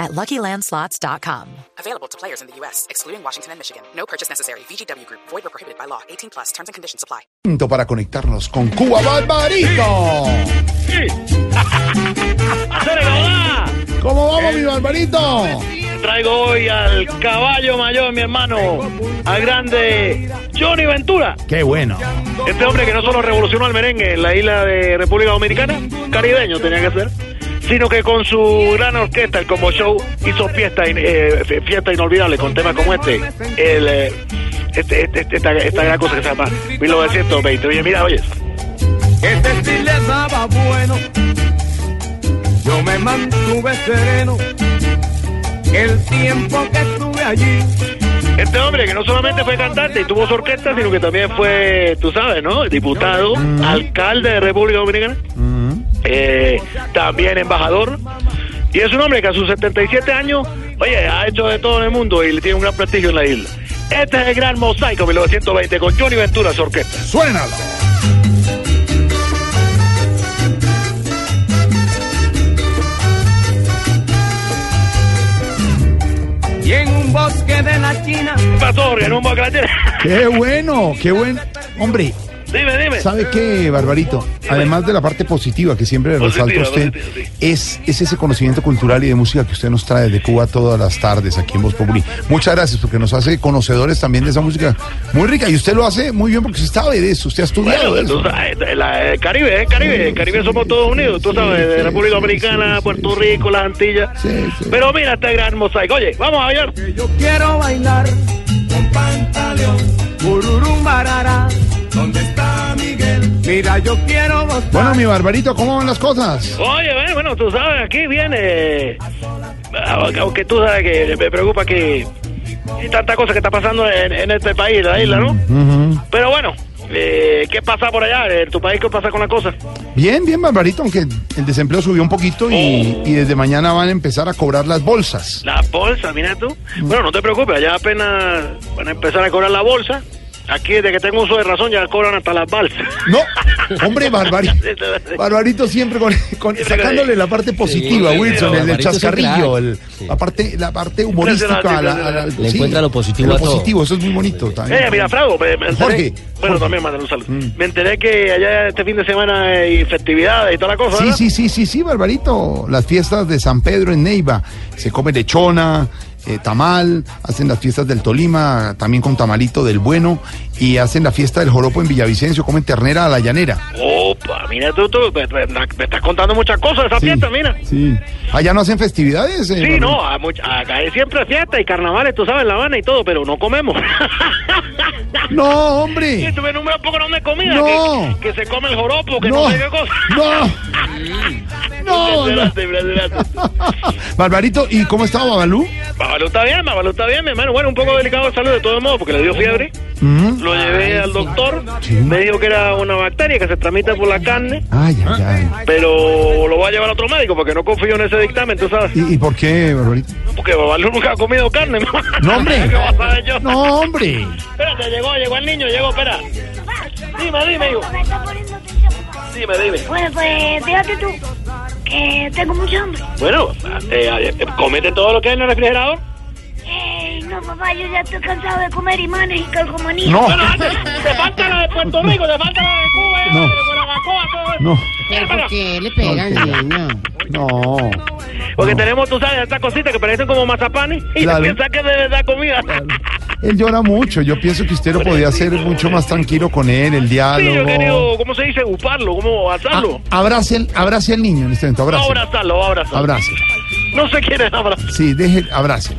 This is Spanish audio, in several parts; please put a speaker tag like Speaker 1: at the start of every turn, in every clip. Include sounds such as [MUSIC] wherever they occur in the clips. Speaker 1: at luckylandslots.com.
Speaker 2: Available to players in the U.S., excluding Washington and Michigan. No purchase necessary. VGW Group, void or prohibited by law. 18 plus terms and conditions apply.
Speaker 3: Momento para conectarnos con Cuba, Barbarito.
Speaker 4: ¡Hacer la boda!
Speaker 3: ¿Cómo vamos, mi Barbarito?
Speaker 4: Traigo hoy al caballo mayor, mi hermano, al grande Johnny Ventura.
Speaker 3: Qué bueno.
Speaker 4: Este hombre que no solo revolucionó el merengue en la isla de República Dominicana, caribeño tenía que ser, sino que con su gran orquesta, el Combo Show, hizo fiesta, in- eh, f- fiesta inolvidable con temas como este. El, eh, este, este- este- esta, esta gran cosa que se llama 1920. Oye, mira, oye.
Speaker 5: Este sí le daba bueno. Yo me mantuve sereno. El tiempo que estuve allí.
Speaker 4: Este hombre que no solamente fue cantante y tuvo su orquesta, sino que también fue, tú sabes, ¿no? Diputado, alcalde de República Dominicana, eh, también embajador. Y es un hombre que a sus 77 años, oye, ha hecho de todo en el mundo y le tiene un gran prestigio en la isla. Este es el gran mosaico 1920 con Johnny Ventura, su orquesta.
Speaker 3: Suénalo.
Speaker 5: Y en un bosque de la China.
Speaker 4: Para todos, en un bacalater.
Speaker 3: Qué bueno, qué buen. Hombre,
Speaker 4: [LAUGHS] dime, dime.
Speaker 3: ¿sabe qué, Barbarito? Además de la parte positiva que siempre
Speaker 4: Positiva,
Speaker 3: resalta usted,
Speaker 4: positiva, sí.
Speaker 3: es, es ese conocimiento cultural y de música que usted nos trae de Cuba todas las tardes aquí en Voz Populi. Muchas gracias porque nos hace conocedores también de esa música muy rica y usted lo hace muy bien porque usted sabe de eso, usted ha estudiado
Speaker 4: Bueno,
Speaker 3: de eso.
Speaker 4: tú sabes, la- el Caribe, el Caribe, el Caribe somos todos unidos, tú sabes, de República Dominicana, Puerto Rico, las Antillas.
Speaker 3: Sí, sí.
Speaker 4: Pero mira este gran mosaico. Oye, vamos a ver.
Speaker 5: Que yo quiero bailar. Con pantaleón. Ururum barará. ¿Dónde está Miguel? Mira, yo quiero gozar.
Speaker 3: Bueno, mi Barbarito, ¿cómo van las cosas?
Speaker 4: Oye, bueno, bueno, tú sabes, aquí viene. Aunque aunque tú sabes que me preocupa que. hay Tanta cosa que está pasando en, en este país, en la isla, ¿no? Pero bueno, eh, ¿qué pasa por allá? ¿En tu país qué pasa con la cosa?
Speaker 3: Bien, bien, Barbarito, aunque el desempleo subió un poquito y, y desde mañana van a empezar a cobrar las bolsas.
Speaker 4: La bolsa, mira tú. Bueno, no te preocupes, allá apenas van a empezar a cobrar la bolsa. Aquí, desde que tengo uso de razón, ya cobran hasta las balsas.
Speaker 3: No, hombre, Barbarito. Barbarito siempre con, con- sacándole la parte positiva,
Speaker 6: Sí,
Speaker 3: Wilson, el, del
Speaker 6: Barbarito es un
Speaker 3: chascarrillo,
Speaker 6: crack.
Speaker 3: el-
Speaker 6: Sí.
Speaker 3: la, parte, la parte humorística. a la- a la-
Speaker 4: Le
Speaker 3: sí,
Speaker 6: encuentra lo positivo
Speaker 3: Lo
Speaker 6: a todo.
Speaker 3: positivo, eso es muy bonito también.
Speaker 4: Eh, mira, Frago, me, me enteré-
Speaker 3: Jorge,
Speaker 4: Bueno,
Speaker 3: Jorge. Mm.
Speaker 4: también mandar un saludo. Me enteré que allá este fin de semana hay festividades y toda la cosa.
Speaker 3: Sí,
Speaker 4: ¿verdad?
Speaker 3: sí, sí, sí, sí, Barbarito. Las fiestas de San Pedro en Neiva. Se come lechona, eh, tamal, hacen las fiestas del Tolima, también con tamalito del bueno, y hacen la fiesta del joropo en Villavicencio, comen ternera a la llanera.
Speaker 4: Opa, mira tú, tú me, me- me estás contando muchas cosas de esa
Speaker 3: Sí,
Speaker 4: fiesta, mira.
Speaker 3: Sí. Allá no hacen festividades. eh,
Speaker 4: Sí,
Speaker 3: Barbarito?
Speaker 4: no, a much- acá hay siempre fiesta y carnavales, tú sabes, La Habana y todo, pero no comemos. [LAUGHS]
Speaker 3: No, hombre.
Speaker 4: Esto me nombra un poco de comida,
Speaker 3: No.
Speaker 4: que, que se come el joropo, que no,
Speaker 3: No.
Speaker 4: sé qué cosa.
Speaker 3: No.
Speaker 4: [LAUGHS]
Speaker 3: No, no.
Speaker 4: Adelante, adelante.
Speaker 3: [LAUGHS] Barbarito, ¿y cómo está Babalú?
Speaker 4: Babalú está bien, Babalú está bien, mi hermano. Bueno, un poco delicado de salud de todo modo, porque le dio fiebre.
Speaker 3: Mm.
Speaker 4: Lo llevé al doctor, me dijo que era una bacteria que se tramita por la carne,
Speaker 3: Ay, ay,
Speaker 4: Ah.
Speaker 3: ay.
Speaker 4: pero lo voy a llevar a otro médico porque no confío en ese dictamen, tú sabes.
Speaker 3: ¿Y, y por qué, Barbarito?
Speaker 4: Porque Babalú nunca ha comido carne,
Speaker 3: No, hombre.
Speaker 4: [LAUGHS] ¿Qué vas a saber yo?
Speaker 3: No, hombre.
Speaker 4: Espérate, llegó, llegó el niño, llegó, espera. Dime, dime, hijo.
Speaker 7: Me está poniendo atención, papá.
Speaker 4: Dime, dime.
Speaker 7: Bueno, pues fíjate tú que tengo mucha hambre.
Speaker 4: Bueno, eh, eh, comete todo lo que hay en el refrigerador.
Speaker 7: Ey, no, papá, yo ya estoy cansado de comer imanes y calcomanías.
Speaker 3: No.
Speaker 4: Bueno, antes, te falta la de Puerto Rico, te falta la de Cuba,
Speaker 3: No.
Speaker 4: la de Guanabacoa, todo eso.
Speaker 3: No.
Speaker 4: Mira,
Speaker 8: ¿Pero por
Speaker 4: bueno,
Speaker 8: qué le pegan,
Speaker 3: Ok.
Speaker 8: niño?
Speaker 3: No.
Speaker 4: Porque tenemos, tú sabes, estas cositas que parecen como mazapanes y
Speaker 3: Claro.
Speaker 4: piensas que es de verdad comida.
Speaker 3: Él llora mucho. Yo pienso que usted lo podía hacer mucho más tranquilo con él, el
Speaker 4: Sí, yo he
Speaker 3: diálogo.
Speaker 4: querido, ¿cómo se dice? Uparlo, ¿cómo asarlo?
Speaker 3: Ah, abrace, al- abrace al niño en este momento. Abrace.
Speaker 4: abrazarlo, abrazarlo.
Speaker 3: Abrace.
Speaker 4: No se quiere abrazar.
Speaker 3: Sí, deje, abrace.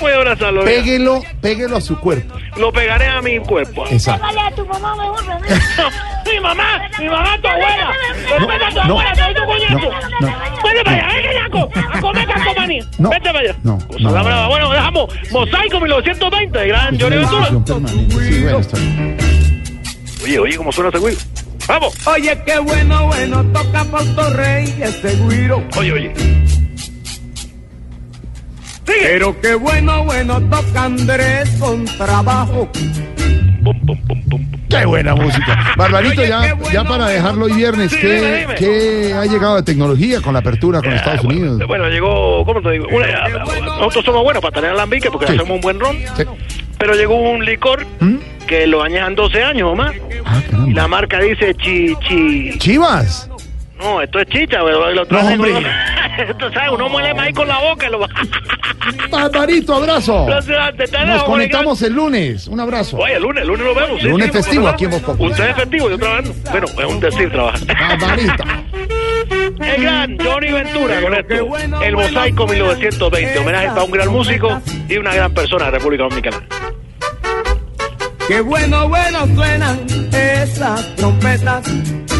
Speaker 4: Voy a abrazarlo. mira.
Speaker 3: Péguelo, péguelo a su cuerpo.
Speaker 4: Lo pegaré a mi cuerpo.
Speaker 3: Exacto.
Speaker 7: Hágale a tu mamá mejor, ¿verdad?
Speaker 4: [LAUGHS] mi mamá, mi mamá, tu abuela. Respeta a tu
Speaker 3: no,
Speaker 4: abuela, soy tu cuñado.
Speaker 3: no,
Speaker 4: Vete para allá, vete, Naco, a comer calcomanía.
Speaker 3: No,
Speaker 4: Vete para allá.
Speaker 3: no,
Speaker 4: Cosa
Speaker 3: no.
Speaker 4: la brava. Bueno, dejamos Mosaico 1920, gran Johnny Ventura.
Speaker 3: Permanente. Sí, bueno, está bien.
Speaker 4: Oye, oye, ¿cómo suena ese güiro? ¡Vamos!
Speaker 5: Oye, qué bueno, bueno, toca por Rey ese güiro.
Speaker 4: Oye, oye. ¡Sigue!
Speaker 5: Pero qué bueno, bueno, toca Andrés con trabajo.
Speaker 4: Pum, pum, pum, pum, pum.
Speaker 3: Qué buena música. Barbarito,
Speaker 5: Oye,
Speaker 3: ya,
Speaker 5: qué bueno.
Speaker 3: ya para dejarlo hoy viernes,
Speaker 4: Sí, dime,
Speaker 3: ¿qué,
Speaker 4: dime.
Speaker 3: qué ha llegado de tecnología con la apertura con Estados
Speaker 4: Ah, bueno,
Speaker 3: Unidos?
Speaker 4: Bueno, llegó, ¿cómo te digo? Una- nosotros somos buenos para tener alambique porque
Speaker 3: Sí.
Speaker 4: hacemos un buen ron.
Speaker 3: Sí.
Speaker 4: Pero llegó un licor
Speaker 3: ¿Mm?
Speaker 4: que lo añejan 12 años o más.
Speaker 3: Ah,
Speaker 4: Y la
Speaker 3: caramba.
Speaker 4: marca dice chi, chi.
Speaker 3: Chivas.
Speaker 4: No, esto es chicha, pero lo traen
Speaker 3: hombre.
Speaker 4: uno- [LAUGHS] Esto, ¿sabes? Uno muele maíz con la boca. y Lo...
Speaker 3: Barbarito, abrazo.
Speaker 4: Lo hace antes, te
Speaker 3: Oh. Nos
Speaker 4: dejo,
Speaker 3: conectamos el lunes. Un abrazo.
Speaker 4: Oye, el lunes, el lunes lo vemos.
Speaker 3: Lunes
Speaker 4: vamos a
Speaker 3: festivo
Speaker 4: trabajar.
Speaker 3: aquí en Voz Populi.
Speaker 4: Usted es festivo, yo trabajando. Bueno, es un decir trabajar.
Speaker 3: [LAUGHS] Barbarito.
Speaker 4: El gran Johnny Ventura con
Speaker 5: Pero qué bueno,
Speaker 4: esto. El
Speaker 3: pues,
Speaker 5: bueno,
Speaker 4: Mosaico 1920. Homenaje para un gran músico y una gran persona de República Dominicana.
Speaker 5: Qué bueno, bueno suenan esas trompetas.